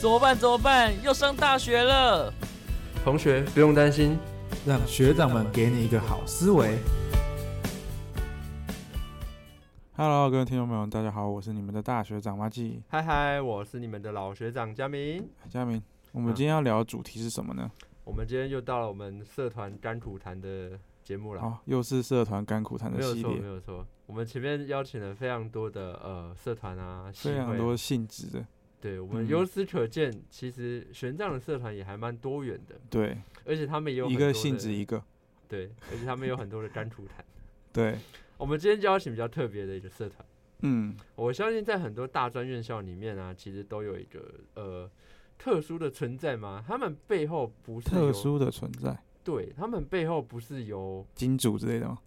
怎么办？怎么办？要上大学了！同学不用担心，让学长们给你一个好思维。 Hello，各位听众朋友，大家好，我是你们的大学长马季嗨嗨，我是你们的老学长佳明。佳明。我们嗯今天要聊的主题是什么呢？我们今天又到了我们社团甘苦谈的节目了，哦，又是社团甘苦谈的没有系错，没列，有错。我们前面邀请了非常多的呃社团啊，系非常会多性质的。对，我们嗯由此可见，其实玄奘的社团也还蛮多元的，对，而且他们也有一很多个的性质一个。对，而且他们有很多的甘苦谈。 对，我们今天就邀请比较特别的一个社团。嗯，我相信在很多大专院校里面啊，其实都有一个呃特殊的存在嘛。他们背后不是特由，殊的存在，对他们背后不是由，金主之类的吗？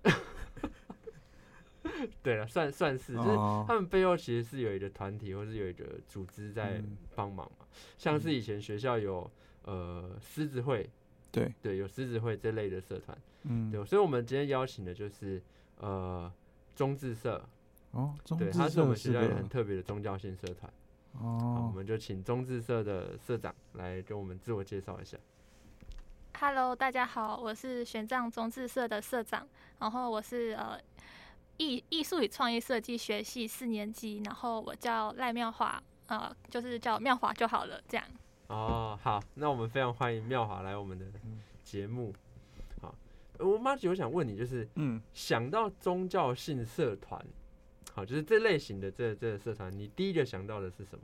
对了，算算是，就是哦他，们背后其实是有一个团体或是有一个组织在嗯帮忙嘛。像是以前学校有呃狮子会，对，对，有狮子会这类的社团，嗯，对，所以我们今天邀请的就是呃中智社，哦，中对，智它是我社们学是校一个很个，特别的宗教性社团。好，我哦，们就请中智社的社长来跟我们自我介绍一下。 Hello，大家好，我是玄奘中智社的社长，然后我是呃艺艺术与创意设计学系四年级，然后我叫赖妙华，呃，就是叫我妙华就好了，这样。哦，好，那我们非常欢迎妙华来我们的嗯节目。好，呃我妈姐，我想问你，就是嗯，想到宗教性社团，好，就是这类型的这这个社团，你第一个想到的是什么？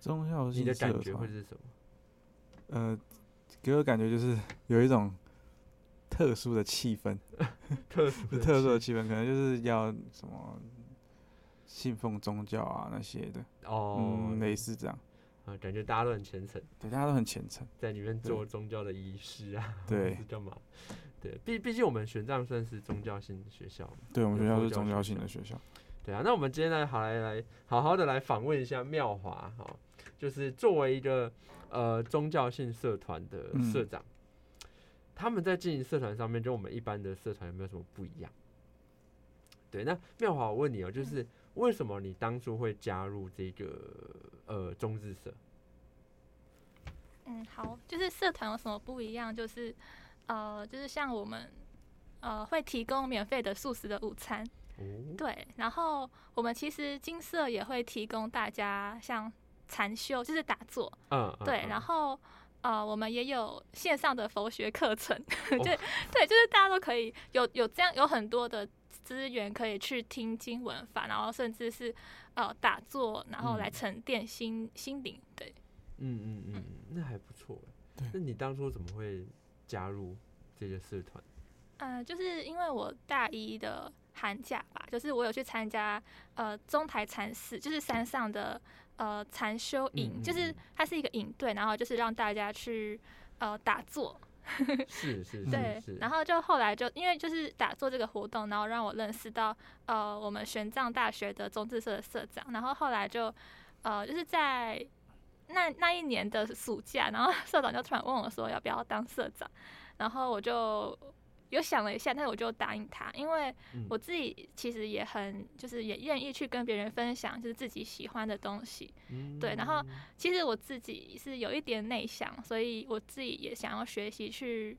中校你性的社感觉会团，是什么？呃，给我感觉就是有一种特殊的气氛。特殊的 特殊的气气氛，可能就是要什么信奉宗教啊那些的，哦，嗯，类似这样。啊，感觉大家都很虔诚，对，大家都很虔诚，在里面对做宗教的仪式啊，或对是干嘛？对，毕毕竟我们玄奘算是宗教性学校嘛。对我们有学校佛是教宗学教性校的学校。对啊，那我们今天来好来来好好的来访问一下妙华哈、就是作为一个呃宗教性社团的嗯社长，他们在经营社团上面跟我们一般的社团有没有什么不一样？对，那妙华，我问嗯你哦，就是为什么你当初会加入这个呃中日社？嗯，好，就是社团有什么不一样？就是呃，就是像我们呃会提供免费的素食的午餐，哦，对，然后我们其实金社也会提供大家像禅修，就是打坐，嗯，嗯对，然嗯后呃，我们也有线上的佛学课程，就、对，就是大家都可以有有这样有很多的资源可以去听经文法，然后甚至是呃打坐，然后来嗯沉淀心、心灵。对，嗯嗯嗯，嗯那还不错哎对那你当初怎么会加入这个社团？呃，就是因为我大一的寒假吧，就是我有去参加呃中台禅寺，就是山上的呃禅修营，嗯嗯就是嗯它是一个营队，然后就是让大家去呃打坐，嗯是是对是，是，然后后就后来就因为就是打做这个活动，然后让我认识到呃我们玄奘大学的中智社的社长，然后后来就呃就是在那那一年的暑假，然后 社长就突然问我说要不要当社长，然后我就有想了一下，但是我就答应他，因为嗯我自己其实也很就是也愿意去跟别人分享就是自己喜欢的东西，对然嗯后其实我自己是有一点内向，所以我自己也想要学习去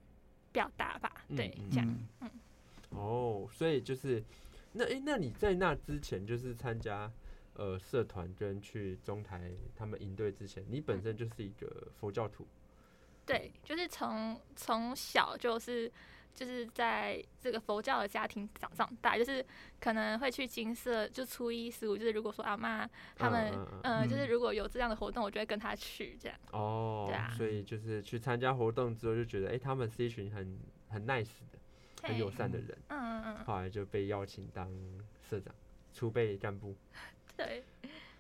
表达吧。嗯对，嗯这样。嗯，哦，所以就是，那诶、那你在那之前就是参加呃社团跟去中台他们营队之前，你嗯本身就是一个佛教徒，对，就是从从小就是就是在这个佛教的家庭长长大，就是可能会去金色，就初一十五，就是如果说阿妈他们嗯嗯嗯呃，就是嗯如果有这样的活动，我就会跟他去这样。哦对，啊所以就是去参加活动之后就觉得，诶、他们是一群很很 nice 的、很友嘿善的人，嗯嗯嗯，后来就被邀请当社长、储备干部。对，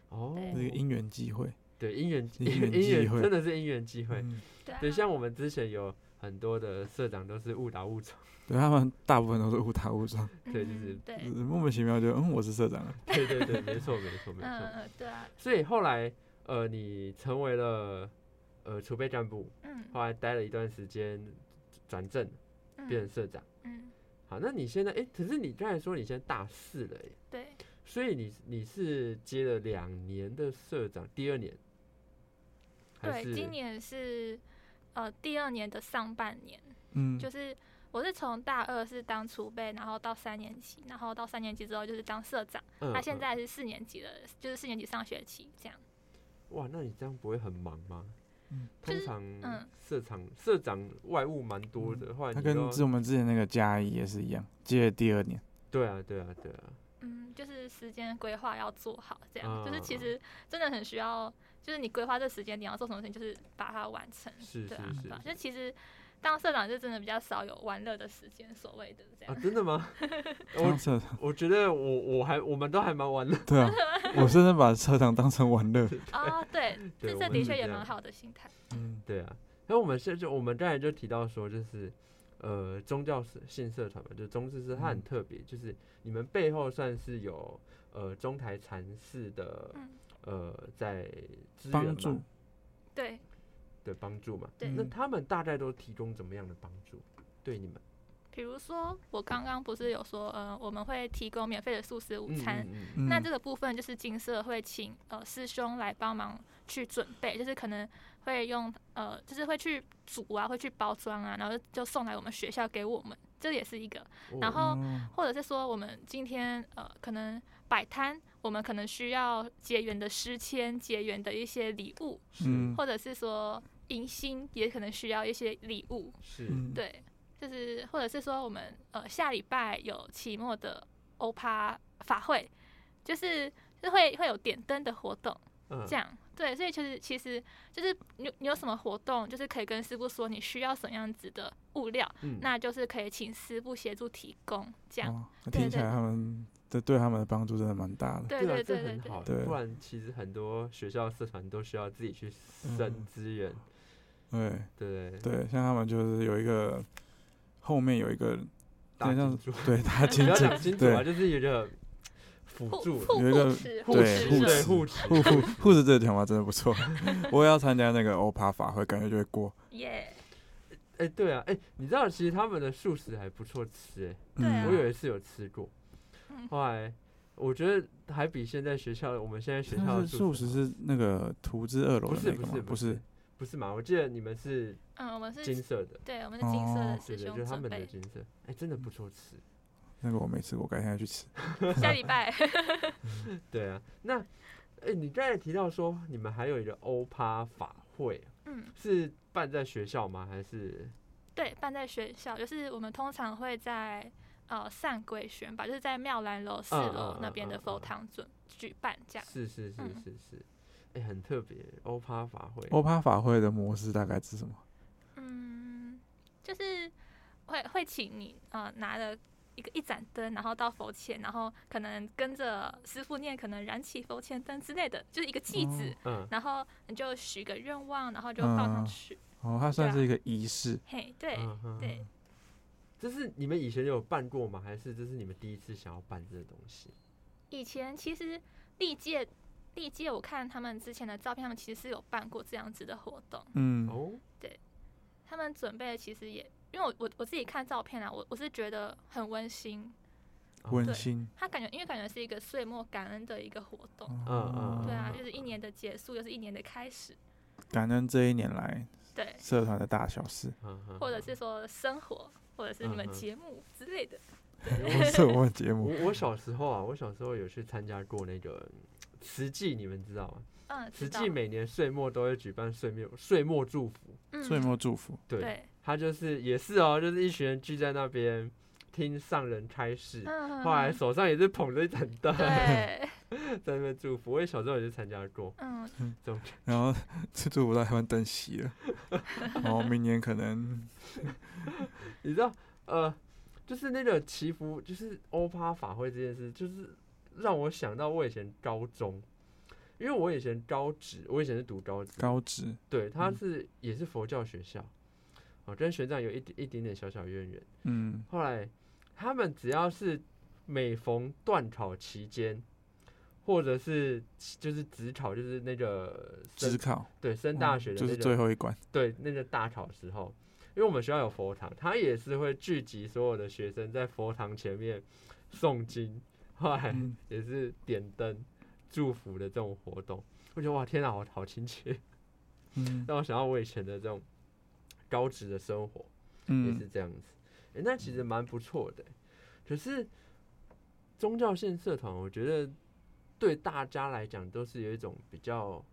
哦，是一个因缘际会。对因缘因缘 因际缘会真的是因缘机会。嗯，对啊对，像我们之前有很多的社长都是误打误撞， 对他们大部分都是误打误撞，对就是嗯对就，是莫名其妙就嗯我是社长了。对对对，没错没错没嗯错。嗯嗯对啊，所以后来，呃，你成为了呃储备干部，嗯后来待了一段时间，转正变成嗯社长。嗯，好，那你现在哎、可是你刚才说你现在大四了耶，对，所以你你是接了两年的社长，第二年，还对，是今年是呃第二年的上半年，嗯，就是我是从大二是当储备，然后到三年级，然后到三年级之后就是当社长，嗯他、现嗯在是四年级了，就是四年级上学期这样。哇，那你这样不会很忙吗？嗯就通是常嗯社长、社长外务蛮多的，后来嗯他你跟都要之我们之前那个嘉义也是一样，接了第二年，对啊对啊对啊，嗯，就是时间规划要做好，这样、就是其啊实真的很需要，就是你规划这时间点要做什么事情，就是把它完成，是对是啊，对啊。是就其实当社长就真的比较少有玩乐的时间，所谓的这啊，样。真的 吗？当我社我觉得我我还我们都还蛮玩的， 对啊，我甚至把社长当成玩乐，啊、对，对这我这们的是确也这蛮样好的心态。嗯，对啊。那我们现在就我们刚才就提到说，就是呃宗教社性社团嘛，就中式社，它很嗯特别，就是你们背后算是有呃中台禅寺的嗯，呃在支援帮嘛助，对，对帮助嘛，对那嗯他们大概都提供怎么样的帮助对你们？比如说我刚刚不是有说，呃，我们会提供免费的素食午餐，嗯嗯嗯那这个部分就是金社会请呃师兄来帮忙去准备，就是可能会用呃，就是会去煮啊，会去包装啊，然后就送来我们学校给我们，这也是一个。嗯然哦后哦或者是说我们今天呃可能摆摊，我们可能需要结缘的诗签、结缘的一些礼物，嗯或者是说迎新也可能需要一些礼物，是嗯，对，就是或者是说我们呃下礼拜有期末的欧趴法会，就是就是会会有点灯的活动，嗯这样对，所以其实其实就是你你有什么活动，就是可以跟师傅说你需要什么样子的物料，嗯那就是可以请师傅协助提供这样。哦那对听起对来他们的对他们的帮助真的蛮大的，对啊这对对对很对好，对不然其实很多学校社团都需要自己去生嗯资源，对对不对？对，像他们就是有一个后面有一个大对像金主，对大不 金要主讲金主啊，对就是有点辅护助护有一个护持护护持持护者对持护持护护护士这个想法真的 不错，我也要参加那个欧趴法会，感觉就会过，耶，哎，对啊，哎，你知道其实他们的素食还不错吃，哎，对啊我嗯，有一次有吃过嗯，后来我觉得还比现在学校我们现在学校但嗯的是素食好是那个图之二楼不的是那个不吗是？不是是，不是嘛？我记得你们是嗯，我们金是色的，对我们是嗯金色哦的对师对，就兄是他准们的备，金色，哎，真的不错吃。那个我没吃过，改天要去吃。下礼拜 对啊，那哎、诶你刚才提到说你们还有一个欧趴法会，嗯。是办在学校吗？还是对，办在学校，就是我们通常会在呃善归轩吧，就是在妙兰楼四嗯楼嗯那嗯边的嗯佛嗯堂准举办这样。是是是嗯是是，哎、很特别欧趴法会。欧趴法会的模式大概是什么？嗯，就是会会请你呃拿着一个一盏灯，然后到佛前，然后可能跟着师傅念，可能燃起佛前灯之类的，就是一个祭哦子，嗯，然后你就许个愿望，然后就放上嗯去。哦，它算对啊是一个仪式，嘿，对、嗯哼对，这是你们以前有办过吗？还是这是你们第一次想要办这个东西？以前其实历届历届我看他们之前的照片，他们其实是有办过这样子的活动。嗯，哦，他们准备的其实也，因为我我我自己看照片啊，我我是觉得很温馨。温对馨，他感觉因为感觉是一个岁末感恩的一个活动，嗯对啊哦，就是一年的结束，又是一年的开始，感恩这一年来对，社团的大小事，嗯哼或者是说生活，或者是你嗯们嗯节目之类的，不是我们节目，我我小时候啊，我小时候有去参加过那个嗯慈济，你们知道吗？嗯，慈知道济，每年岁末都会举办岁末岁末祝福，嗯，岁末祝福，对，他就是也是哦，就是一群人聚在那边听上人开示，嗯，后来手上也是捧着一盏灯 在对，那边祝福。我也小时候也去参加过，嗯，总然后 这祝福到他们灯熄 了，然后明年可能你知道呃，就是那个祈福，就是欧趴法会这件事，就是让我想到我以前高中，因为我以前高职，我以前是读高职，高职，对，他嗯是、也是佛教学校，哦，跟学长有一点一点点小小渊源。嗯，后来他们只要是每逢断考期间，或者是就是职考，就是那个职升考，对升大嗯学的就那是个、最后 一关，对那个大考时候，因为我们学校有佛堂，他也是会聚集所有的学生在佛堂前面诵经，后来嗯也是点灯祝福的这种活动。我觉得哇，天哪，好好亲切！嗯让我想到我以前的这种高职的生活 也嗯是这样子，诶那其实蛮不错的、可是宗教性社团，我觉得对大家来讲都是有一种比较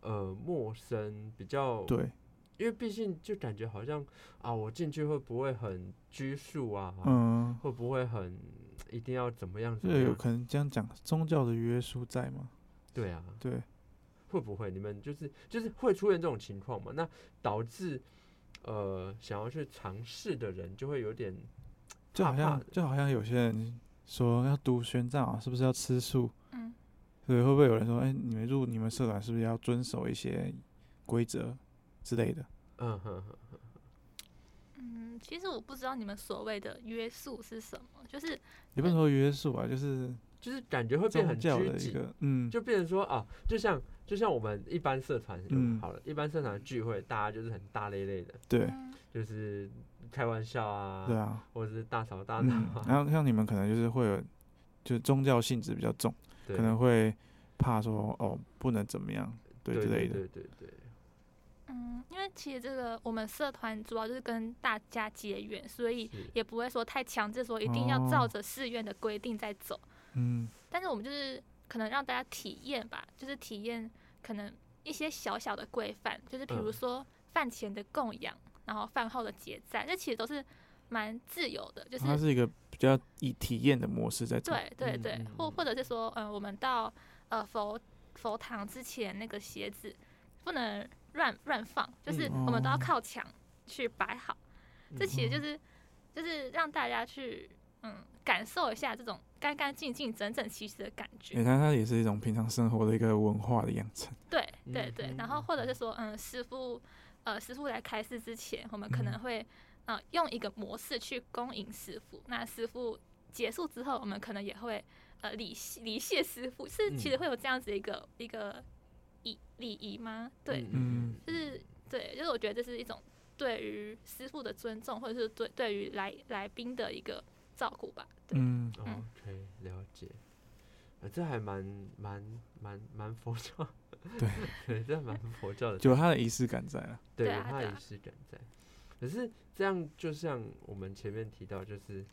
呃陌生，比较对，因为毕竟就感觉好像啊，我进去会不会很拘束啊？嗯，会不会很一定要怎么样怎么这有样？可能这样讲，宗教的约束在吗？对啊，对，会不会你们就是就是会出现这种情况嘛？那导致呃想要去尝试的人就会有点就怕好怕像的就好像有些人说要读玄奘啊，是不是要吃素？嗯，对，会不会有人说，哎、你们入你们社团是不是要遵守一些规则之类的？嗯哼哼，嗯，其实我不知道你们所谓的约束是什么，就是也不能说约束啊，就是就是感觉哎会变宗很教拘的一谨，个，嗯，就变成说啊，就像就像我们一般社团有嗯好了，一般社团聚会大家就是很大咧咧的，对，嗯就是开玩笑啊，对啊，或者是大吵大闹嗯啊，，然后像你们可能就是会有，就是宗教性质比较重，对可能会怕说哦不能怎么样，对对之类的，对对对，嗯，因为其实这个我们社团主要就是跟大家结缘，所以是也不会说太强制说一定要照哦着寺院的规定在走，嗯但是我们就是可能让大家体验吧，就是体验可能一些小小的规范，就是比如嗯说饭前的供养，然后饭后的结账，这其实都是蛮自由的，就是哦它是一个比较以体验的模式在走，对对嗯对嗯，或嗯或者是说，嗯、我们到呃佛佛堂之前，那个鞋子不能乱乱放，就是嗯我们都要哦靠墙去摆好。这其实就是就是让大家去嗯感受一下这种干干净净、整整齐齐的感你觉。看它也是一种平常生活的一个文化的养成，对对对嗯，然后或者是说，嗯，师傅呃师傅来开示之前，我们可嗯能会呃用一个模式去恭迎师傅。那师傅结束之后，我们可能也会呃礼谢礼谢师傅，是其实嗯会有这样子一个一个仪礼仪吗？对，嗯就是对，就是我觉得这是一种对于师傅的尊重，或者是对对于来来宾的一个照顾吧。对，嗯，嗯哦 OK，了解。呃，这还蛮蛮蛮蛮佛教，对 对，这还蛮佛教的，就有它的仪式感在了，对对有啊它对的啊仪式感在。可是这样，就像我们前面提到，就是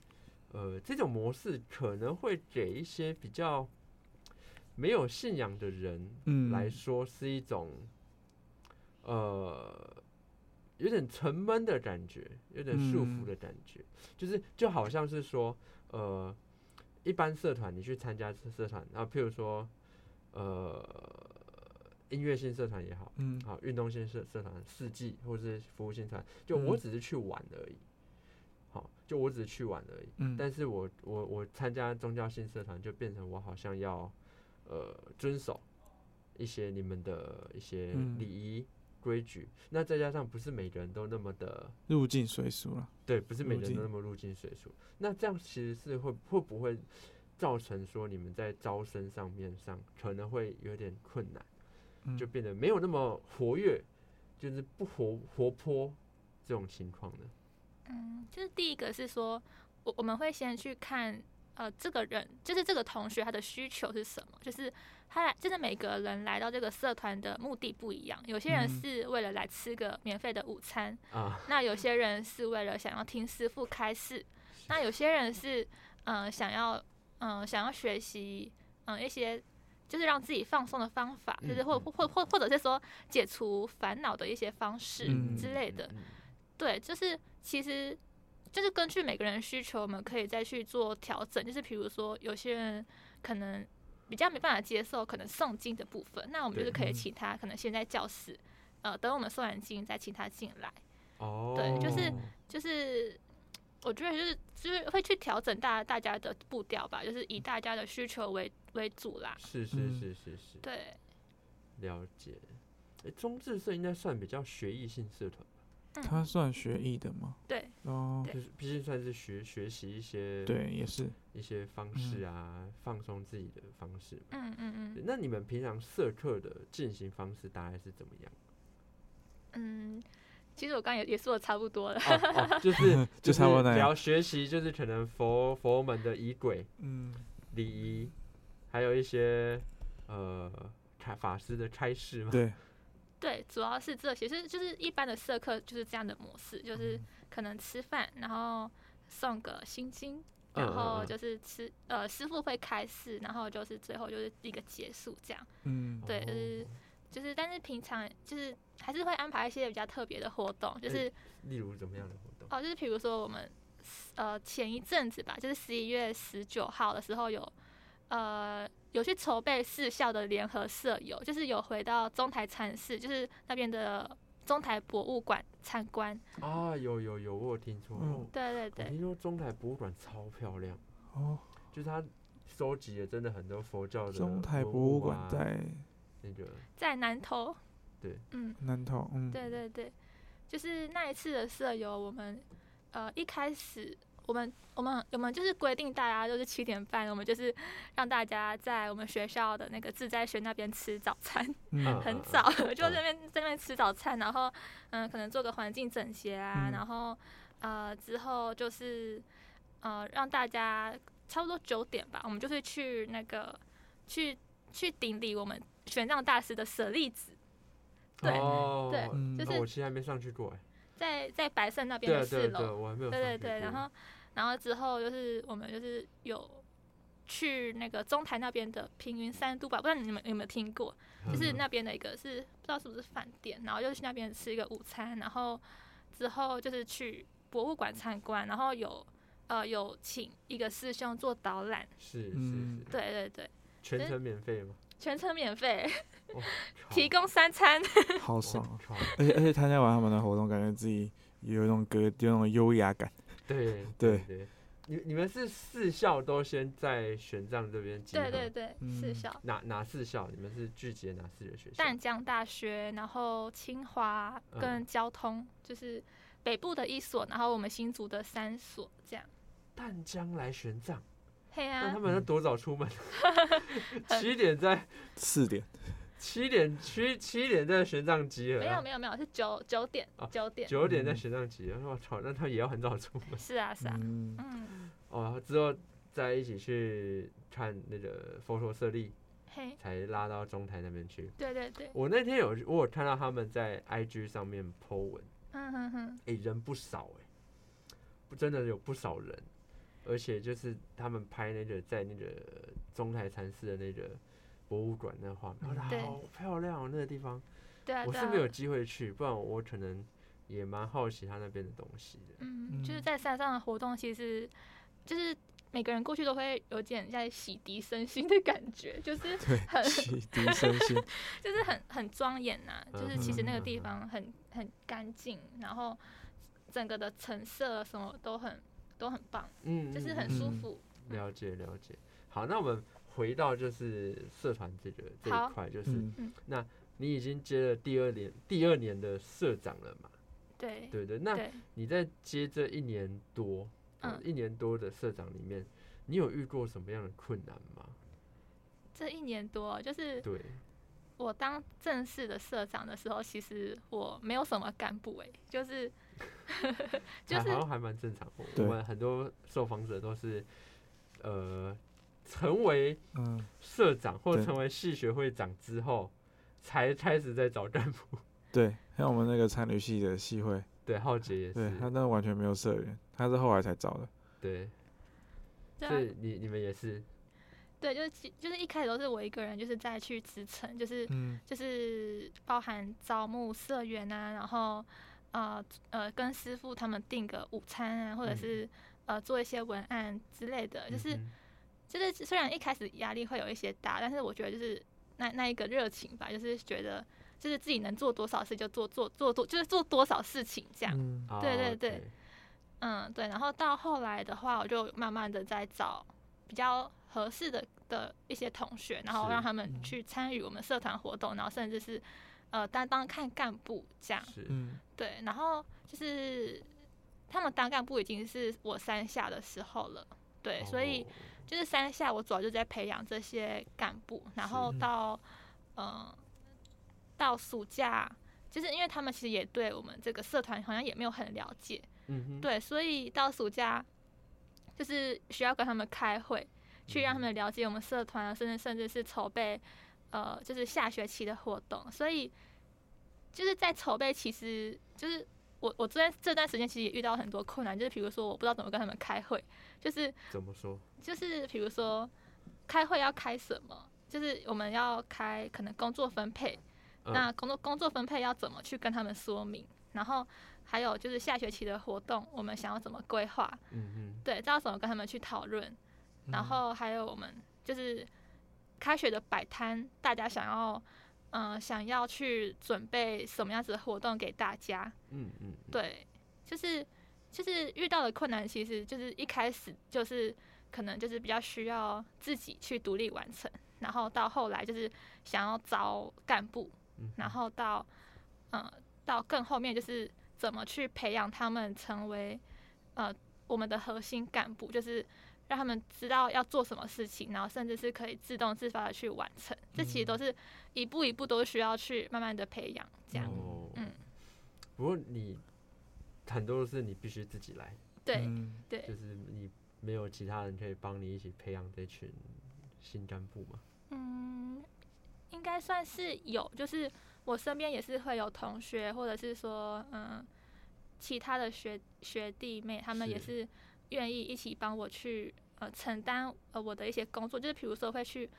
呃，这种模式可能会给一些比较没有信仰的人嗯，来说是一种、呃有点沉闷的感觉，有点束缚嗯的感觉，就是就好像是说呃，一般社团你去参加社社团，然后譬如说呃音乐性社团也好。嗯，好，运动性社社团、四季或者是服务性团，就我嗯只是去玩而已。好，就我只是去玩而已。嗯但是我我我参加宗教性社团，就变成我好像要呃遵守一些你们的一些嗯礼仪规矩。那再加上不是每个人都那么的，入境随俗了，对，不是每入个人都那境么入境水俗。那这样其实是会会不会造成说你们在招生上面上可能会有点困难？嗯就变得没有那么活跃，就是不活活泼这种情况呢？嗯，就是第一个是说，我我们会先去看呃这个人，就是这个同学他的需求是什么，就是他来，就是每个人来到这个社团的目的不一样，有些人嗯是为了来吃个免费的午餐，啊，那有些人是为了想要听师傅开示，那有些人是呃想要呃想要学习嗯、呃一些就是让自己放松的方法，就是嗯或嗯或或或或者是说解除烦恼的一些方式嗯之类的。嗯，对，就是其实就是根据每个人的需求，我们可以再去做调整。就是比如说，有些人可能比较没办法接受可能诵经的部分，那我们就是对可以嗯请他可能先在教室，呃，等我们诵完经再请他进来。哦，对就是哦就是我觉得就是就是会去调整大大家的步调吧，就是以大家的需求为为主啦。是是嗯是是是，对，了解。诶，中智社应该算比较学艺性社团吧，它嗯，算学艺的吗？对，哦对，就是毕竟算是学学习一些对，嗯 也是，一些方式啊，放松自己的方式嘛。嗯嗯对嗯那你们平常社课的进行方式大概是怎么 样？嗯，其实我刚刚也也说的差不多了。哦哦，就是 就差不多那样聊学习，就是可能佛佛门的仪轨， 嗯，礼仪，还有一些呃开法师的差事嘛。对，对，主要是这些，就是就是一般的社课就是这样的模式，嗯就是可能吃饭，然后送个心经，嗯然后嗯嗯就是吃呃师傅会开示，然后就是最后就是一个结束这样。嗯，对，就是哦就是，但是平常就是还是会安排一些比较特别的活动，就是例如怎么样的活动？哦，就是比如说我们呃前一阵子吧，就是十一月十九号的时候有呃有去筹备四校的联合社游，就是有回到中台禅寺，就是那边的中台博物馆参观。啊，有有有，我有听说，嗯哦对对我对听说中台博物馆超漂亮，哦，就是它收集了真的很多佛教的中台文博物物馆啊在那个在南投。对，嗯，南投，嗯，对对对，就是那一次的舍友，我们呃一开始我们我们我们就是规定大家就是七点半，我们就是让大家在我们学校的那个自在学那边吃早餐，嗯啊很早就在嗯那边在那边吃早餐，然后嗯、可能做个环境整洁啊，嗯然后呃之后就是呃让大家差不多九点吧，我们就是去那个去去顶礼我们玄奘大师的舍利子。对哦、对嗯就是哦我其实还没上去过哎、在在白胜那边对的啊对四啊对啊，楼，我还没有上去对对过。对，然后然后之后就是我们就是有去那个中台那边的平云三都吧，不知道你们有没有听过，就是那边的一个是不知道是不是饭店，然后就去那边吃一个午餐，然后之后就是去博物馆参观，然后有呃有请一个师兄做导览，是是嗯是，对对对，全程免费吗？全程免费，哦提供三餐，好好爽哦！靠而且而且参加完他们的活动，感觉自己有一种格，有一种优雅感。 对对对，你你们是四校都先在玄奘这边集合，对对对，是嗯小哪哪四校？你们是聚集哪四个学校？淡江大学，然后清华嗯跟交通，就是北部的一所，然后我们新竹的三所这样。淡江来玄奘，嘿那啊他，们嗯要多早 出门？七点在四点，七点七七点在玄奘集合啊，没有没有没有，是九九点哦九点，九点在嗯玄奘集合，我操，那他也要很早出门是啊是啊，嗯， 嗯，哦。之后再一起去看那个佛陀舍利，嘿，才拉到中台那边去。对对对，我那天有我有看到他们在 IG 上面 po 文，嗯哼哼，诶，人不少诶，不真的有不少人，而且就是他们拍那个在那个中台禅寺的那个博物馆那画面，哇嗯对好漂亮哦，那个地方。对啊我对是啊没，有机会去，不然我可能也蛮好奇他那边的东西的。嗯，就是嗯在山上的活动，其实就是每个人过去都会有点在洗涤身心的感觉，就是 对，很启迪身心，就是很很庄严呐、就是其实那个地嗯方很很干净，然后整个的成色什么都很都很棒，嗯，就是嗯很嗯舒嗯服。了解了解。好，那我们回到就是社团这个这好一块，就是嗯，你已经接了第二年第二年的社长了嘛？对对不对，那对，你在接这一年多，呃嗯一年多的社长里面，你有遇过什么样的困难吗？这一年多就是对，我当正式的社长的时候，其实我没有什么干部哎、就是 就还是好像还蛮正常。我对们很多受访者都是，呃，成为嗯，社长或对成为系学会长之后，才开始在找干部。对，像我们那个参旅系的系会，对，浩杰也对是，他那完全没有社员，他是后来才找的。对，对所啊以你你们也是，对，就是其就是一开始都是我一个人，就是在去支撑，就是嗯，就是包含招募社员啊，然后呃呃跟师傅他们订个午餐啊，或者嗯是、呃做一些文案之类的，就是、嗯就是虽然一开始压力会有一些大，但是我觉得就是那那一个热情吧，就是觉得就是自己能做多少事就做做做多，就是做多少事情这样，嗯，哼对对哦对 OK 嗯对，然后到后来的话，我就慢慢的在找比较合适的的一些同学，然后是让他们嗯去参与我们社团活动，然后甚至是呃担当看干部这样，是，嗯，对，然后就是他们当干部已经是我三下的时候了，对，所以哦就是山下，我主要就在培养这些干部，然后嗯到嗯、呃到暑假，就是因为他们其实也对我们这个社团好像也没有很了解，嗯哼，对，所以到暑假就是需要跟他们开会，去让他们了解我们社团啊，甚至甚至是筹备呃就是下学期的活动，所以就是在筹备，其实就是我我这段这段时间其实也遇到很多困难，就是比如说我不知道怎么跟他们开会，就是怎么说？就是比如说开会要开什么，就是我们要开可能工作分配，嗯那工作工作分配要怎么去跟他们说明，然后还有就是下学期的活动我们想要怎么规划，嗯嗯，对，知道怎么跟他们去讨论，然后还有我们就是开学的摆摊，大家想要嗯、呃想要去准备什么样子的活动给大家，嗯嗯，嗯，对，就是就是遇到的困难，其实就是一开始就是可能就是比较需要自己去独立完成，然后到后来就是想要招干部，嗯然后到呃到更后面就是怎么去培养他们成为呃我们的核心干部，就是让他们知道要做什么事情，然后甚至是可以自动自发的去完成。这其实都是一步一步都需要去慢慢的培养，这样、哦，嗯，不过你很多都是你必须自己来，对嗯对就是你没有其他人可以帮你一起培养这群新干部嘛。嗯，应该算是有，就是我身边也是会有同学，或者是说，嗯，其他的学学弟妹，他们也是是愿意一起帮我去呃承担呃我的一些工作，就是比如说会去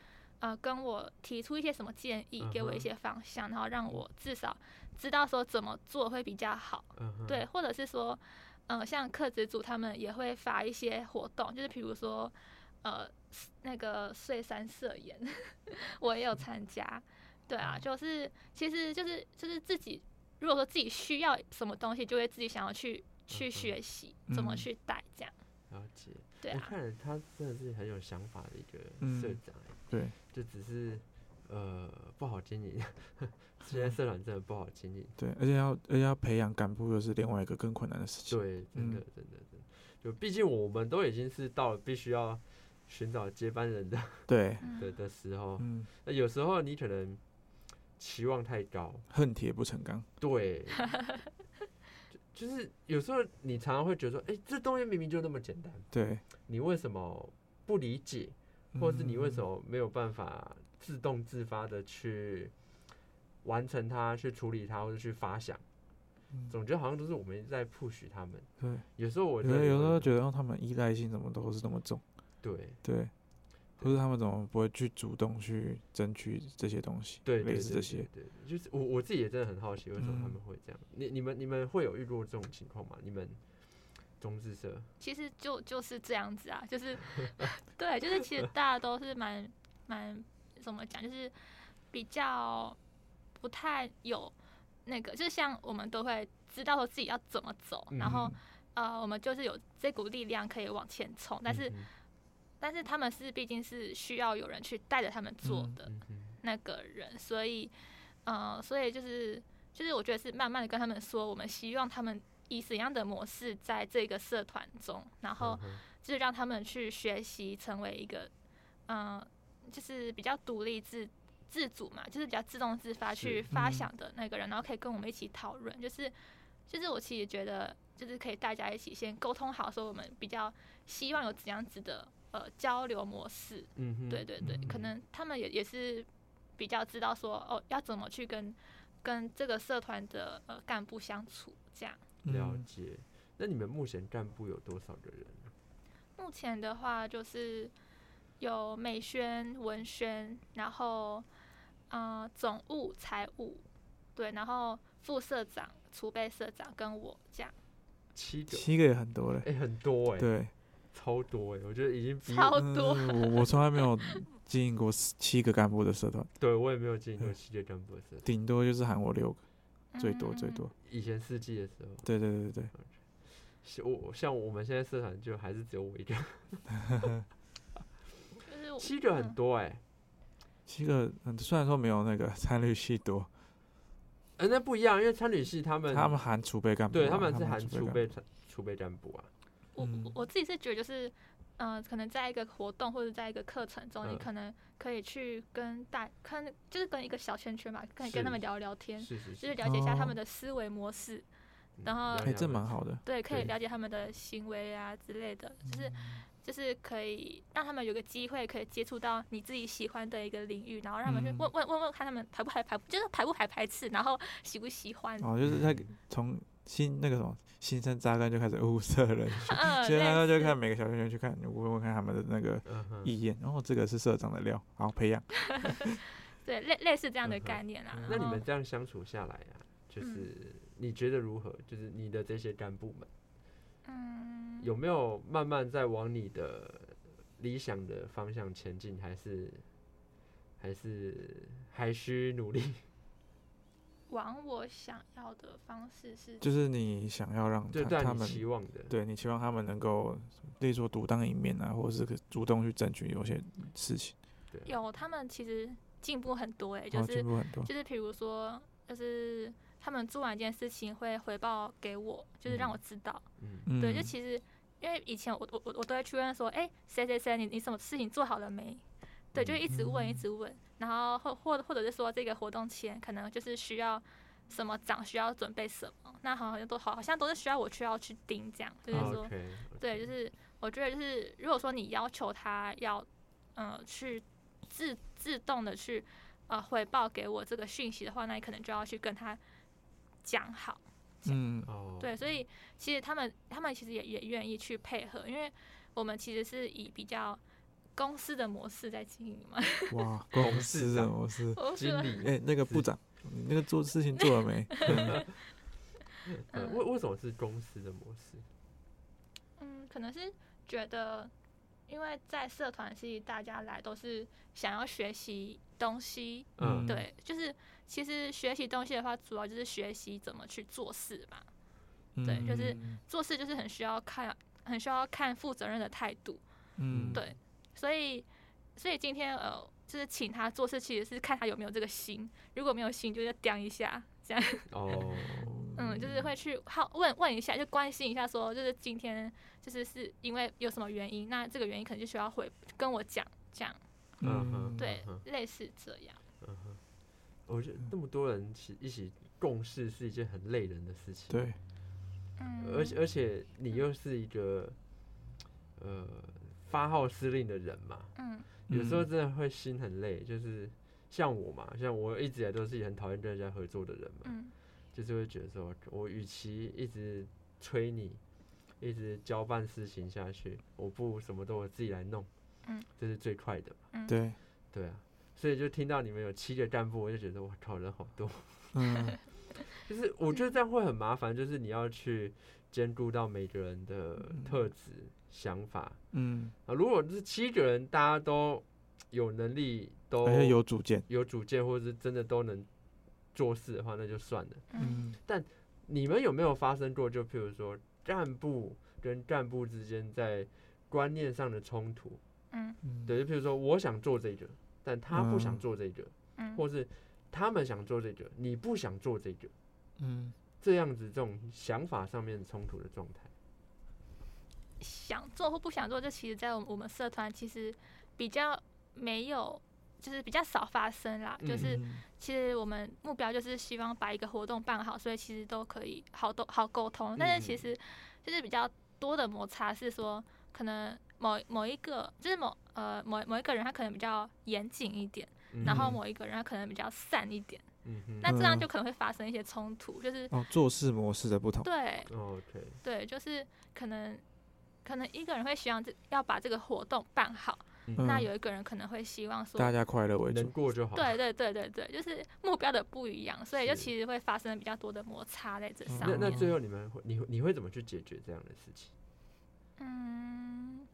呃跟我提出一些什么建议，给我一嗯哼些方向，然后让我至少知道说怎么做会比较好。嗯哼，对，或者是说，呃，像课职组他们也会发一些活动，就是比如说，呃，那个碎山社研， 我也有参加。对嗯啊，就是其实就是就是自己，如果说自己需要什么东西，就会自己想要去嗯去嗯学习怎么嗯去带这样。了解。对我啊，看了他真的是很有想法的一个社嗯长欸、对，就只是呃不好经营， 现在社团真的不好经营。对，而且要而且要培养干部又是另外一个更困难的事情。对，真嗯的，真的，真的，就毕竟我们都已经是到了必须要寻找接班人的对，的嗯，的时候，嗯，那有时候你可能期望太高，恨铁不成钢。 对，就就是有时候你常常会觉得说，哎、这东西明明就那么简单，对，你为什么不理解，或是你为什嗯？么没有办法自动自发的去完成它、去处理它或者去发想？嗯总觉得好像都是我们在 push 他们。对，有时候我有觉得的有时候们觉得哦他们依赖性怎么都是那么重，对。对，或是他们怎么不会去主动去争取这些东西，对，类对对似这对些。对，就是我我自己也真的很好奇，为什么他们嗯会这样？你你们你们会有遇过这种情况吗？你们中智社，其实就就是这样子啊，就是 对，就是其实大家都是蛮蛮怎么讲，就是比较不太有那个，就是像我们都会知道说自己要怎么走，然嗯后呃，我们就是有这股力量可以往前冲，但是、嗯哼但是他们是毕竟是需要有人去带着他们做嗯的嗯哼那个人，所以呃，所以就是就是我觉得是慢慢的跟他们说，我们希望他们。以怎样的模式在这个社团中，然后嗯哼就是让他们去学习成为一个，嗯、就是比较独立自自主嘛，就是比较自动自发是去发嗯想的那个人，然后可以跟我们一起讨论，就是就是我其实觉得就是可以大家一起先沟通好，说我们比较希望有怎样子的呃交流模式，嗯哼，对对对，可嗯能他们也也是比较知道说哦要怎么去跟跟这个社团的呃干部相处这样。了嗯解。那你们目前干部有多少个人啊？目前的话就是有美宣、文宣，然后呃总务、财务，对，然后副社长、储备社长跟我这样，七个，七个也很多嘞。哎，很多哎，对，超多哎，我觉得已经比超我多嗯我我从来没有经营过七个干部的社团，对我也没有嗯进过七个干部的社团，顶多就是喊我六个，最多最多嗯。。以前四季的时候。对对对对对，是我像我们现在社团就还是只有我一个，哦就是我七个很嗯多哎、七个嗯，虽然说没有那个参与系多，呃，那不一样，因为参旅系他们他们含储备干部嘛，对他们是含储储备备储备干部啊，我我嗯我自己是觉得就是，呃，可能在一个活动或者在一个课程中，你嗯可能可以去跟大看，就是跟一个小圈圈嘛，可以跟他是们聊聊天，是是就是，是了解一下他哦们的思维模式，嗯然后了干部，解哎，这了蛮解好的。对，可以对嗯了解他们的行为啊之类的，就是就是可以让他们有个机会可以接触到你自己喜欢的一个领域，然后让他们去嗯问问问问看他们排不排排，就是排不排排斥，然后喜不喜欢。哦，嗯就是他从新那个什么新生扎根就开始物色人选，嗯，其实他就类似看每个小学生去看，问问看他们的那个嗯哼意见，然、后这个是社长的料，好培养。对类类似这样的嗯哼概念啦。那然你后们这样相处下来啊，就是你觉得如何？就是你的这些干部们嗯，有没有慢慢在往你的理想的方向前进，还是还是还需努 力？往我想要的方式是，就是你想要让就他在他你们，期望的，对你期望他们能够，例如说独当一面啊，或者是可主动去争取有些事情，对啊，有他们其实进步很多哎、然就哦后是进步很多。就是比如说，就是他们做完一件事情会回报给我，就是让我知道。嗯，嗯，对，就其实因为以前我我我我都会去问说，哎、谁谁谁，你你什么事情做好了没？对，就一直问一直问，然后或或或者是说这个活动前可能就是需要什么长需要准备什么，那好像都好好像都是需要我去要去盯这样，就是说 o k 对，就是我觉得就是，如果说你要求他要，呃，去自自动的去呃回报给我这个讯息的话，那你可能就要去跟他讲好。嗯，哦，对，所以其实他们他们其实也也愿意去配合，因为我们其实是以比较公司的模式在经营 嘛。嗯哇， 董公事司的长模式，我经说理，哎、那个部长，你那个做事情做了没？ 嗯呃为为什么是公司的模式？嗯，可能是觉得，因为在社团系大家来都是想要学习东西，嗯，嗯对，就是其实学习东西的话，主要就是学习怎么去做事嘛。对就是嗯做事就是很需要看，很需要看负责任的态度。嗯，对所以，所以今天呃，就是请他做事，其实是看他有没有这个心。如果没有心，就是刁一下，这样，哦，嗯，就是会去好问问一下，就关心一下说就是今天就是是因为有什么原因，那这个原因可能就需要回跟我讲，这样，嗯哼对嗯，类似这样。嗯哼，我觉得嗯那么多人起一起共事是一件很累人的事情，对，嗯，而且而且你又是一个呃发号施令的人嘛，嗯，有时候嗯真的会心很累，就是。像我嘛，像我一直以来都是一个很讨厌跟人家合作的人嘛，嗯就是会觉得说，我与其一直催你，一直交办事情下去，我不如什么都我自己来弄，嗯，这是最快的嘛，嗯， 对，对啊，所以就听到你们有七个干部，我就觉得哇靠，人好多，嗯，就是我觉得这样会很麻烦，就是你要去兼顾到每个人的特质、想法嗯，啊。如果是七个人，大家都有能力，都而且哎有主见，有主见，或者是真的都能做事的话，那就算了。嗯，你们有没有发生过，就譬如说干部跟干部之间在观念上的冲突？嗯嗯，对，就譬如说我想做这个，但他不想嗯做这个，嗯，或是他们想做这个，你不想做这个，嗯，这样子这种想法上面冲突的状态。想做或不想做，这其实在我们我们社团其实比较没有，就是比较少发生啦。嗯就是嗯其实我们目标就是希望把一个活动办好，所以其实都可以好都好沟通。但是其嗯实就是比较多的摩擦是说，可能某某一个就是某呃某某一个人他可能比较严谨一点，然后嗯某一个人他可能比较散一点，嗯哼那这样嗯就可能会发生一些冲突，就是哦，做事模式的不同，对 OK，对，就是可能可能一个人会希望这要把这个活动办好，嗯那嗯有一个人可能会希望说，大家快乐为能主，过就好。对对对对对，就是目标的不一样，所以就是其实会发生比较多的摩擦在这嗯上那面。那最后你们会你你会怎么去解决这样的事情？嗯，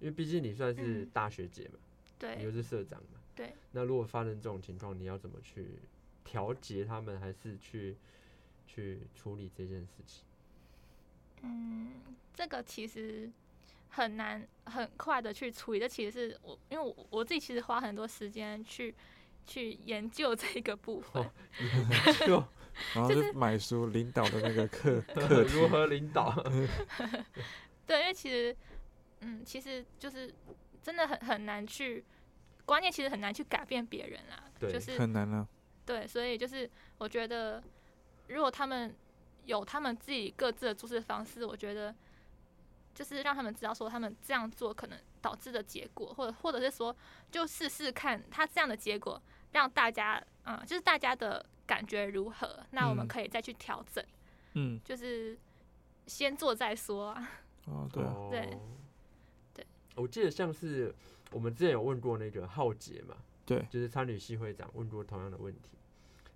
因为毕竟你算是嗯大学姐嘛，你又是对，社长嘛。对。那如果发生这种情况，你要怎么去调节他们，还是去去处理这件事情？嗯，这个其实很难很快的去处理，这其实是我因为我我自己其实花很多时间去去研究这个部分。就然后 就就买书领导的那个课 课题，如何领导？对，因为其实，嗯，其实就是真的很很难去观念，其实很难去改变别人啦。对就是很难啊，对，所以就是我觉得，如果他们有他们自己各自的做事方式，我觉得就是让他们知道说他们这样做可能导致的结果，或者或者是说就试试看他这样的结果让大家嗯，就是大家的感觉如何，那我们嗯可以再去调整，嗯，就是先做再说啊。 哦，对啊，哦对对我记得像是我们之前有问过那个浩杰嘛，对，就是参旅系会长问过同样的问题。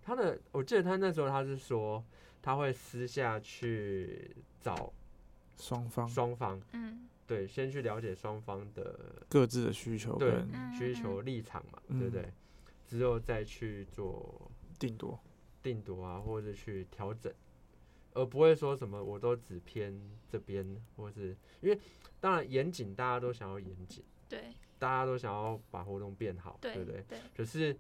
他的我记得他那时候他是说他会私下去找双方双方，嗯，对，先去了解双方的各自的需求对跟嗯需求立场嘛，嗯对不对？之后再去做定夺，定夺啊，或者去调整，而不会说什么我都只偏这边，或是因为当然严谨，大家都想要严谨，嗯对大家都想要把活动变好，对不对？对可是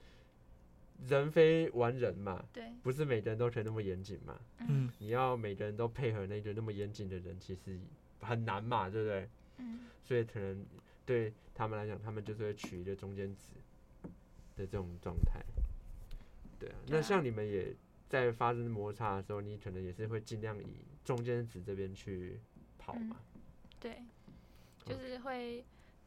人非完人嘛，对，不是每个人都可以那么严谨嘛，嗯，你要每个人都配合那个那么严谨的人，其实很难嘛，对不对？嗯所以可能对他们来讲，他们就是会取一个中间值的这种状态。对啊，对那啊像你们也在发生摩擦的时候，你可能也是会尽量以中间值这边去跑嘛。对，就是会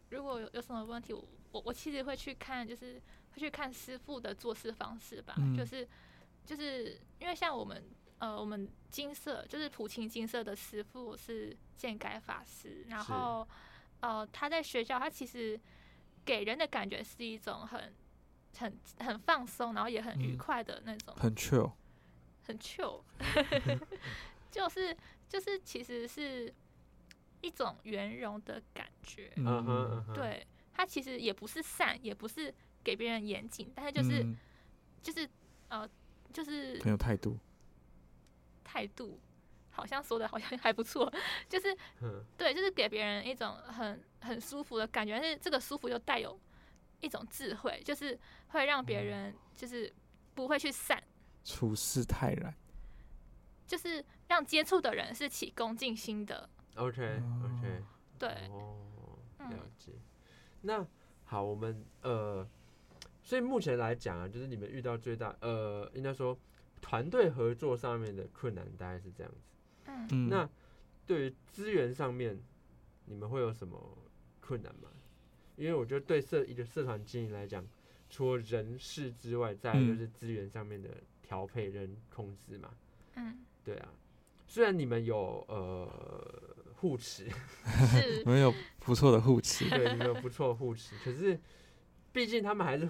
如果有有什么问题，我我我其实会去看，就是会去看师傅的做事方式吧，嗯就是就是因为像我们呃我们金色就是普清金色的师傅是建改法师，然是后呃他在学校他其实给人的感觉是一种很。很很放松，然后也很愉嗯快的那种很 chill，很 chill，就是就是其实是一种圆融的感觉。嗯哼嗯哼，，对，它其实也不是善，也不是给别人严谨，但是就是、嗯就是呃就是很有态度，态度，好像说的好像还不错， 就是嗯，对，就是给别人一种很很舒服的感觉，但是这个舒服又带有一种智慧，就是会让嗯别人就是不会去散。处事泰然，就是让接触的人是起恭敬心的， OK OK，对，哦，嗯了解。那好，我们呃，所以目前来讲啊，就是你们遇到最大呃，应该说团队合作上面的困难大概是这样子。嗯，嗯，那对于资源上面，你们会有什么困难吗？因为我觉得对社一个社团经营来讲，除了人事之外，再来就嗯是资源上面的调配跟控制嘛。嗯，对啊，虽然你们有呃护持，，是你，们有不错的护持 对，你们有不错的护持，可是毕竟他们还是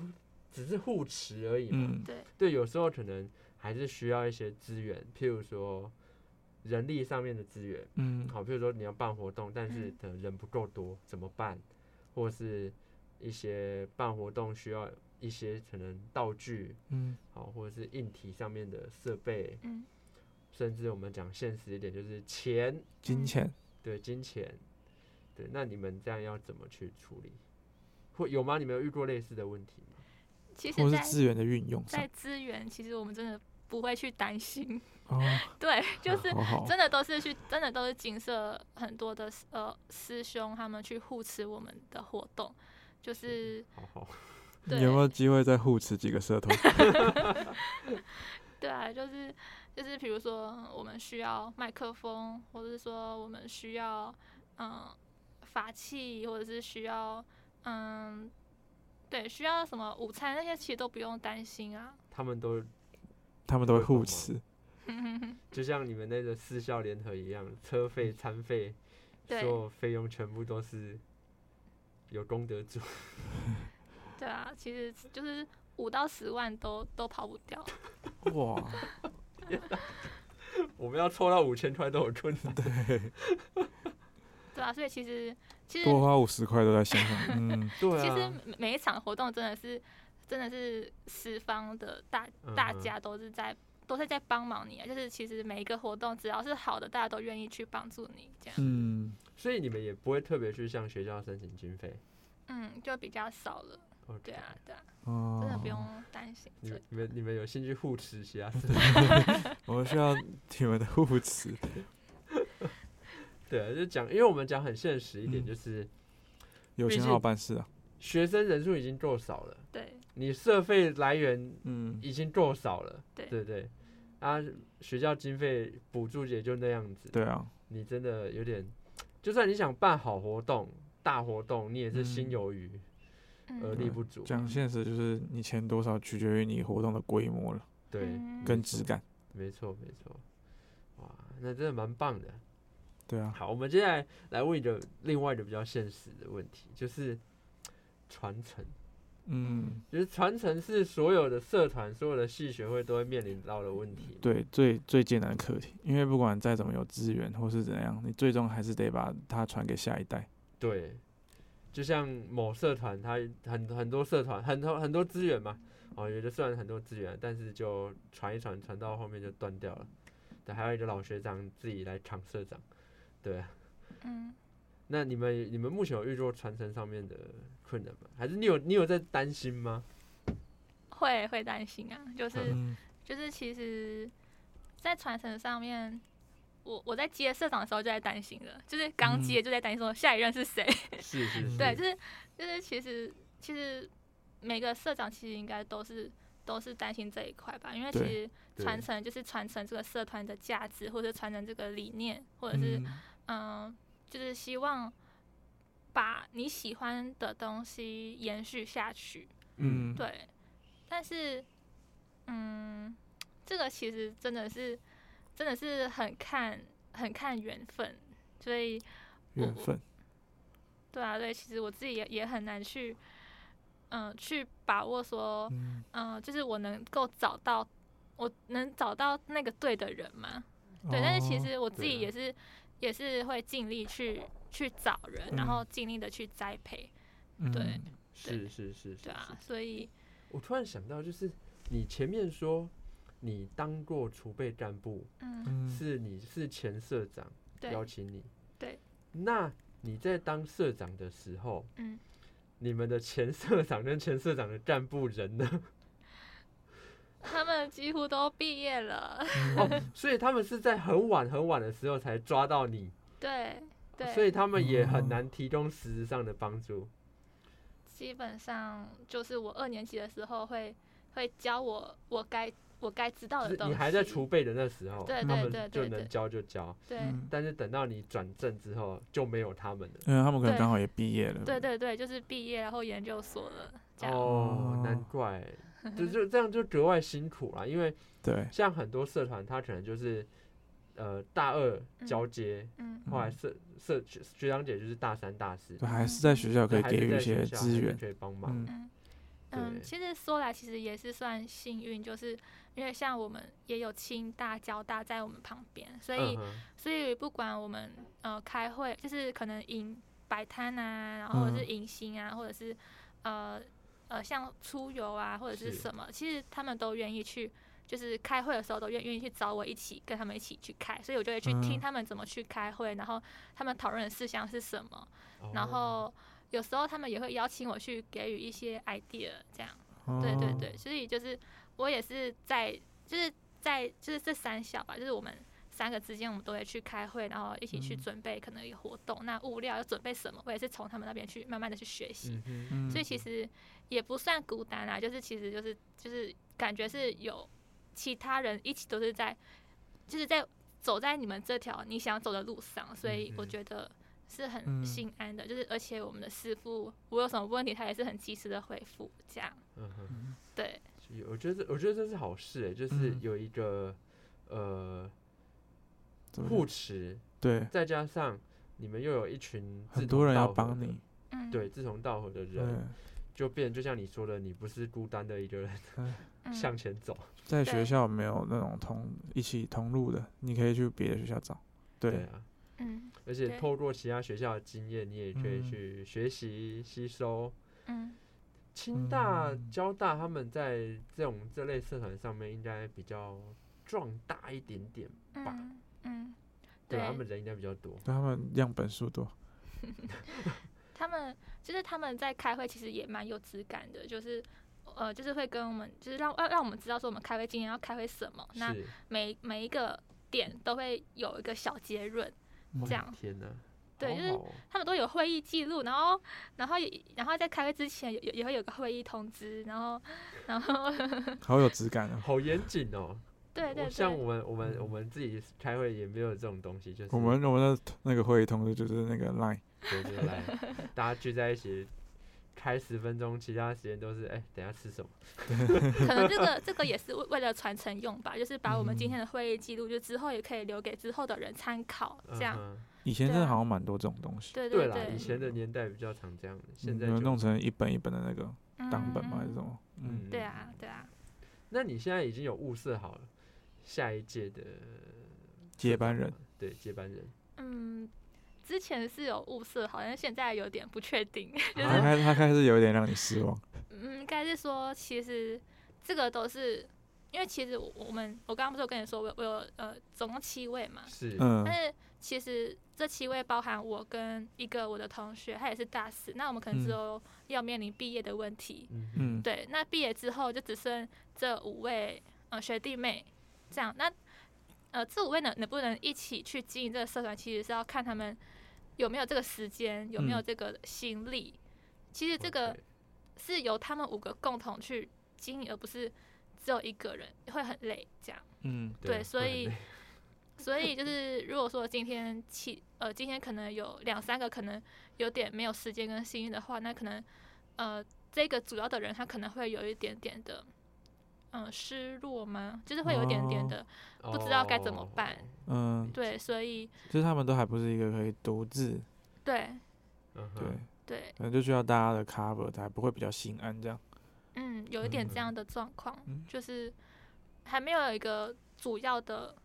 只是护持而已嘛。嗯，对，对，有时候可能还是需要一些资源，譬如说人力上面的资源。嗯，好，比如说你要办活动，但是嗯的人不够多，怎么办？或是一些办活动需要一些可能道具，嗯，好，或者是硬体上面的设备，嗯，甚至我们讲现实一点，就是钱，金钱，对，金钱，对，那你们这样要怎么去处理？会有吗？你们有遇过类似的问题吗？其或是实嗯在，资源的运用上在，资源，其实我们真的不会去担心， 哦， 对，就是好好，真的都是去，真的都是景色很多的呃师兄他们去护持我们的活动，就是好好，对嗯你有没有机会再护持几个社 团？对啊，就是就是比如说我们需要麦克风，或者是说我们需要嗯法器，或者是需要嗯对需要什么午餐那些，其实都不用担心啊。 他们都他们都会会帮护忙持，就像你们那个四校联合一样，车费、餐费，所 对有费用全部都是有功德主。 对啊，其实就是五到十万都都跑不掉。哇，我们要凑到五千块都有困难。对啊，所以其实其实多花五十块都在心上，嗯，对其实每每一场活动真的是真的是十方的大大家都是在、都是在帮忙你啊，就是其实每一个活动只要是好的，大家都愿意去帮助你这样。嗯，所以你们也不会特别去向学校申请经费。嗯，就比较少了。 OK，对啊，对啊，哦，真的不用担心。你们对，你们你们有兴趣互持其他事？我们需要你们的护持， 对啊，就讲，因为我们讲很现实一点，嗯就是有毕钱竟好办事啊，学生人数已经够少了，对你社费来源嗯，已经够少了，对对不对？啊，学校经费补助也就那样子，对啊，你真的有点就算你想办好活动、大活动，你也是心嗯有余而嗯，力不足。讲现实就是你钱多少取决于你活动的规模了，对，嗯跟质感。没错没错。哇，那真的蛮棒的。对啊，好，我们接下来来问一个另外一个比较现实的问题，就是传承。嗯，就是传承是所有的社团、所有的系学会都会面临到的问题。，对，最最艰难的课题，因为不管再怎么有资源或是怎样，你最终还是得把它传给下一代。对，就像某社团，它很很多社团，很多很多资源嘛，哦，有的社团很多资源，但是就传一传，传到后面就断掉了。对，还有一个老学长自己来扛社长。对，嗯，那你们你们目前有遇到传承上面的困难吗？还是你有你有在担心吗？会会担心啊，就是嗯，就是其实，在传承上面，我我在接社长的时候就在担心了，就是刚嗯接就在担心说下一任是谁。是是是， 对，就是就是其实其实每个社长其实应该都是都是担心这一块吧，因为其对实对传承就是传承这个社团的价值，或者传承这个理念，或者是嗯嗯，就是希望把你喜欢的东西延续下去。嗯，对，但是，嗯，这个其实真的是，真的是很看很看缘分，所以，缘分。对啊，对，其实我自己也也很难去，嗯、去把握说，嗯，嗯、就是我能够找到，我能找到那个对的人吗？对，但是其哦实我自对己啊也是也是会尽力去去找人，然嗯后尽力的去栽培，对嗯是是是是对啊，所以，我突然想到，就是你前面说你当过储备干部，嗯，嗯，是你是前社长对，邀请你，对，那你在当社长的时候，嗯，你们的前社长跟前社长的干部人 呢？他们几乎都毕业了，哦，所以他们是在很晚很晚的时候才抓到你，对对，所以他们也很哦难提供实质上的帮助。基本上就是我二年级的时候会会教我我该我该知道就是的东西。你还在储备的那时候，哦对他对们对就对能对教就教，对、嗯但是等到你转正之后就没有他们了。因为他们可能对刚好也毕业了。对对对，就是毕业然后研究所了这样。哦，难哦怪，就就这样就格外辛苦啦。因为对，像很多社团，它可能就是呃大二交接，嗯后来嗯社社学学长姐就是大三大四，对，还是在学校可对以还是给予在一学些校资还是源。可以帮忙。嗯嗯嗯，对其实说来其实也是算幸运，就是因为像我们也有清大、交大在我们旁边，所以、嗯哼所以不管我们呃开会，就是可能迎摆摊啊，然后或者是嗯迎新啊，或者是呃呃像出游啊，或者是是什么，其实他们都愿意去，就是开会的时候都愿愿意去找我一起跟他们一起去开，所以我就会去听嗯他们怎么去开会，然后他们讨论的事项是什么，然哦后有时候他们也会邀请我去给予一些 idea 这样。对对哦对，所以就是我也是在就是在就是这三小吧，就是我们三个之间，我们都会去开会，然后一起去嗯准备可能一个活动，那物料要准备什么，我也是从他们那边去慢慢的去学习，嗯哼嗯所以其实也不算孤单啦，就是其实就是就是感觉是有其他人一起都是在就是在走在你们这条你想走的路上，所以我嗯嗯觉得。是很嗯心安的，就是而且我们的师傅，我有什么问题，他也是很及时的回复，这样嗯哼，嗯对，所以我觉得这我觉得这是好事诶，就是嗯有一个呃怎么护讲持，对再加上你们又有一群志很同多人要道合帮的你，，嗯，对志同道合的对，人，就变就像你说的，你不是孤单的一个人嗯向前走。在对学校没有那种同一起同路的，你可以去别的学校找。对对，啊，嗯而且对透过其他学校的经验，你也可以嗯去学习、吸收。嗯清大、嗯交大他们在这种这类社团上面应该比较壮大一点点，吧嗯嗯，对啊吧，他对们人应该比较多。对他们样本数多。他们就是他们在开会，其实也蛮有质感的，就是呃，就是会跟我们，就是让让让我们知道说我们开会今天要开会什么，那是，每每一个点都会有一个小结论，嗯这样天哪，对好就是好哦他们都有会议记录，然后然后也然后在开会之前也也也会有个会议通知，然后然后 好有质感啊！好严谨哦。 对对我像对，我们我们我们自己开会也没有这种东西，就是嗯我们我们的那个会议通知就是那个 Line，对对来，大家聚在一起开十分钟，其他时间都是哎、等一下吃什么？可能这个这个也是为为了传承用吧，就是把我们嗯今天的会议记录，就之后也可以留给之后的人参考，这样。嗯哼以前对真的啊好像蛮多这种东西，对对啦，对以，前的年代比较常这样，现在你就嗯们弄成一本一本的那个档本嗯吗？还是什么？嗯，对啊，对啊，那你现在已经有物色好了下一届的接班人，对接班人，嗯，之前是有物色，好像现在有点不确定， 就他是开他开始有点让你失望，嗯，应该是说，其实这个都是因为其实我我们我刚刚不是有跟你说，我有我有呃总共七位嘛，是嗯但是其实这七位包含我跟一个我的同学，他也是大四，那我们可能只嗯有要面临毕业的问题，嗯哼嗯，对，那毕业之后就只剩这五位呃学弟妹这样。那呃，这五位能能不能一起去经营这个社团，其实是要看他们有没有这个时间，有没有嗯这个心力。其实这个 OK 是由他们五个共同去经营，而不是只有一个人会很累这样。嗯对啊所会很以累 所以就是，如果说今天七呃，今天可能有两三个可能有点没有时间跟幸运的话，那可能呃，这个主要的人他可能会有一点点的嗯、呃失落吗？就是会有一点点的、不知道该怎么办哦嗯，对，所以就是他们都还不是一个可以独自，对嗯哼对，对，可能就需要大家的 cover 才不会比较心安这样。嗯，有一点这样的状况，嗯就是还没有一个主要的，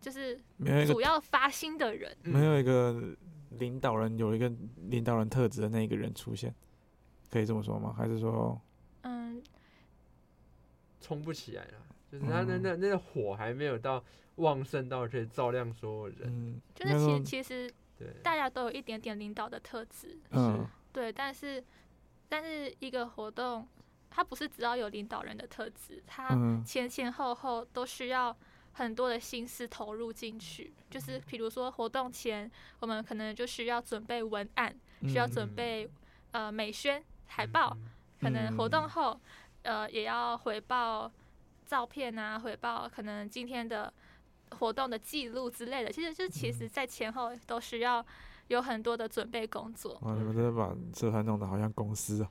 就是没有一个主要发心的人，嗯没有一个领导人有一个领导人特质的那一个人出现，可以这么说吗？还是说，嗯，冲不起来了，就是他那嗯那那个火还没有到旺盛到可以照亮所有人，嗯，就应该是说其其实对，大家都有一点点领导的特质，嗯，对，但是但是一个活动，它不是只要有领导人的特质，它嗯前前后后都需要很多的心思投入进去。就是比如说活动前，我们可能就需要准备文案，需嗯要准备呃美宣、海报，嗯可能活嗯动后呃也要回报照片啊，回报可能今天的活动的记录之类的。其实就是嗯其实在前后都需要有很多的准备工作。哇，你们真的把社团弄得好像公司啊，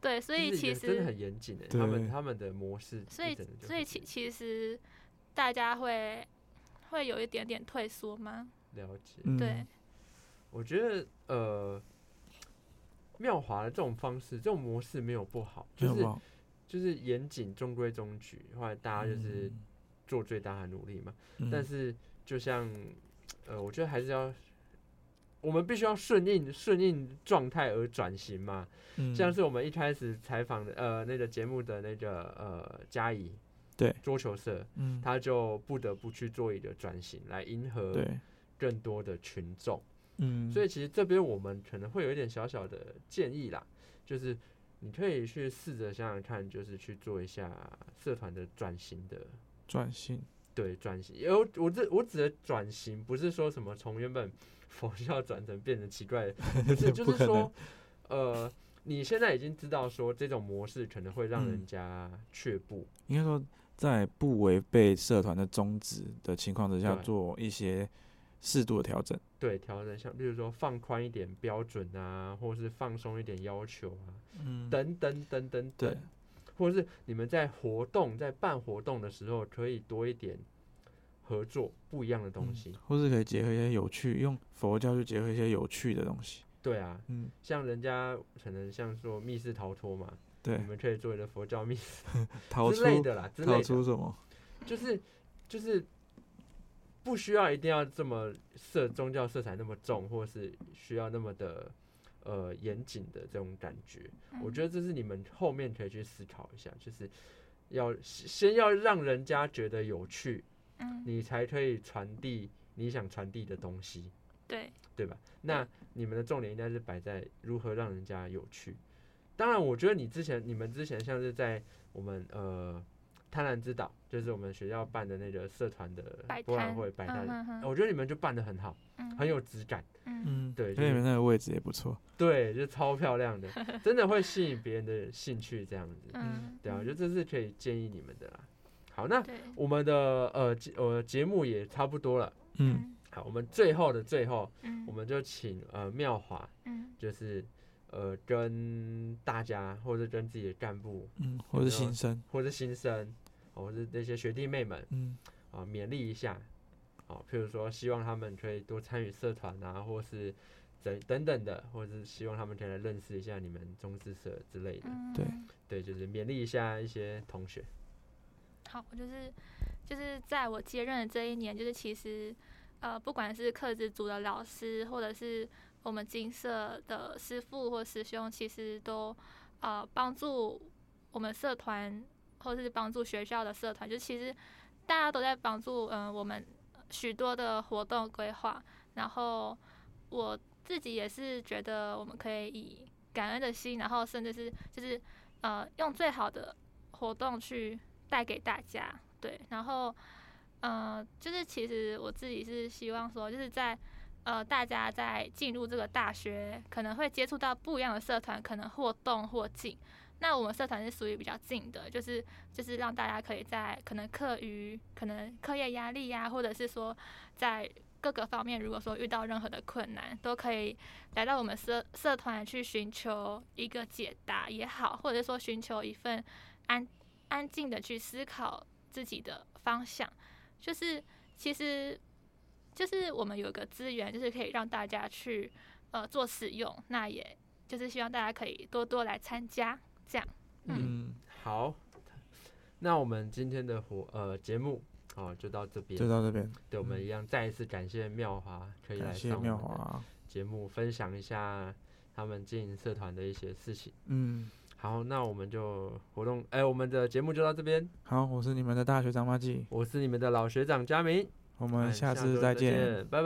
对，所以就是其也真的实，很严谨诶，他对们他们的模式一所以整个就所以很其严其实大家会会有一点点退缩吗？了解，嗯，对，我觉得呃，妙华的这种方式，这种模式没有不好，没就有是吧，就是严谨、中规中矩，后来大家就是嗯，做最大的努力嘛。嗯但是就像呃，我觉得还是要。我们必须要顺应顺应状态而转型嘛，像嗯是我们一开始采访的呃那个节目的那个呃嘉怡，对桌球社，嗯，他就不得不去做一个转型，来迎合对，更多的群众。嗯，所以其实这边我们可能会有一点小小的建议啦，就是你可以去试着想想看，就是去做一下社团的转型的。转型，对转型，因为我这我指的转型不是说什么从原本佛教转成变成奇 怪的，不是就不是可能说，呃，你现在已经知道说这种模式可能会让人嗯家却步，应该说在不违背社团的宗旨的情况之下，对做一些适度的调整，对，调整像，例如说放宽一点标准啊，或是放松一点要求啊，嗯，等等等等对等，或者是你们在活动在办活动的时候，可以多一点合作，不一样的东嗯西。或是可以结合一些有趣，用佛教去结合一些有趣的东西，对啊，嗯，像人家可能像说密室逃脱嘛，对你，们可以做一个佛教密室逃之出类的啦，之逃类出的，什么？就是就是不需要一定要这么色宗教色彩那么重，或是需要那么的呃严谨的这种感觉。我觉得得这是你们后面可以去思考一下，就是要先先要让人家觉得有趣，嗯，你才可以传递你想传递的东西，对，对吧？那你们的重点应该是摆在如何让人家有趣。当然，我觉得你之前、你们之前像是在我们呃贪婪之岛，就是我们学校办的那个社团的摆博览摊会哦摆摊，嗯哼哼我觉得你们就办得很好，嗯很有质感。嗯嗯，对而且就你是们那个位置也不错，对，就超漂亮 的，真的会吸引别人的兴趣这样子。啊嗯，对啊，我觉得这是可以建议你们的啦。好，那对，我们的呃节呃节目也差不多了。嗯，好，我们最后的最后，嗯我们就请呃妙华，嗯就是呃跟大家或者跟自己的干部嗯，我是新生，或者新生，哦或者那些学弟妹们嗯啊、勉励一下，啊、譬如说希望他们可以多参与社团啊，或是等等等的，或者是希望他们可以来认识一下你们中资社之类的，嗯，对对，就是勉励一下一些同学，好，我就是就是在我接任的这一年，就是其实呃，不管是课制组的老师，或者是我们金社的师傅或师兄，其实都呃帮助我们社团，或是帮助学校的社团，就其实大家都在帮助嗯、呃我们许多的活动规划。然后我自己也是觉得我们可以以感恩的心，然后甚至是就是呃用最好的活动去带给大家。对，然后，呃，就是其实我自己是希望说，就是在呃大家在进入这个大学，可能会接触到不一样的社团，可能或动或静。那我们社团是属于比较静的，就是就是让大家可以在可能课余、可能课业压力呀、或者是说在各个方面，如果说遇到任何的困难，都可以来到我们社社团去寻求一个解答也好，或者说寻求一份安安静的去思考自己的方向，就是其实就是我们有个资源，就是可以让大家去呃做使用，那也就是希望大家可以多多来参加，这样，嗯，嗯，好，那我们今天的活呃节目哦、就到这边就，到这边，对，我们嗯一样再一次感谢妙华可以来感谢上我妙们的华，节目，分享一下他们经营社团的一些事情。嗯，好，那我们就活动，哎、我们的节目就到这边。好，我是你们的大学长马季，我是你们的老学长佳明，我我们下周次再见。拜拜。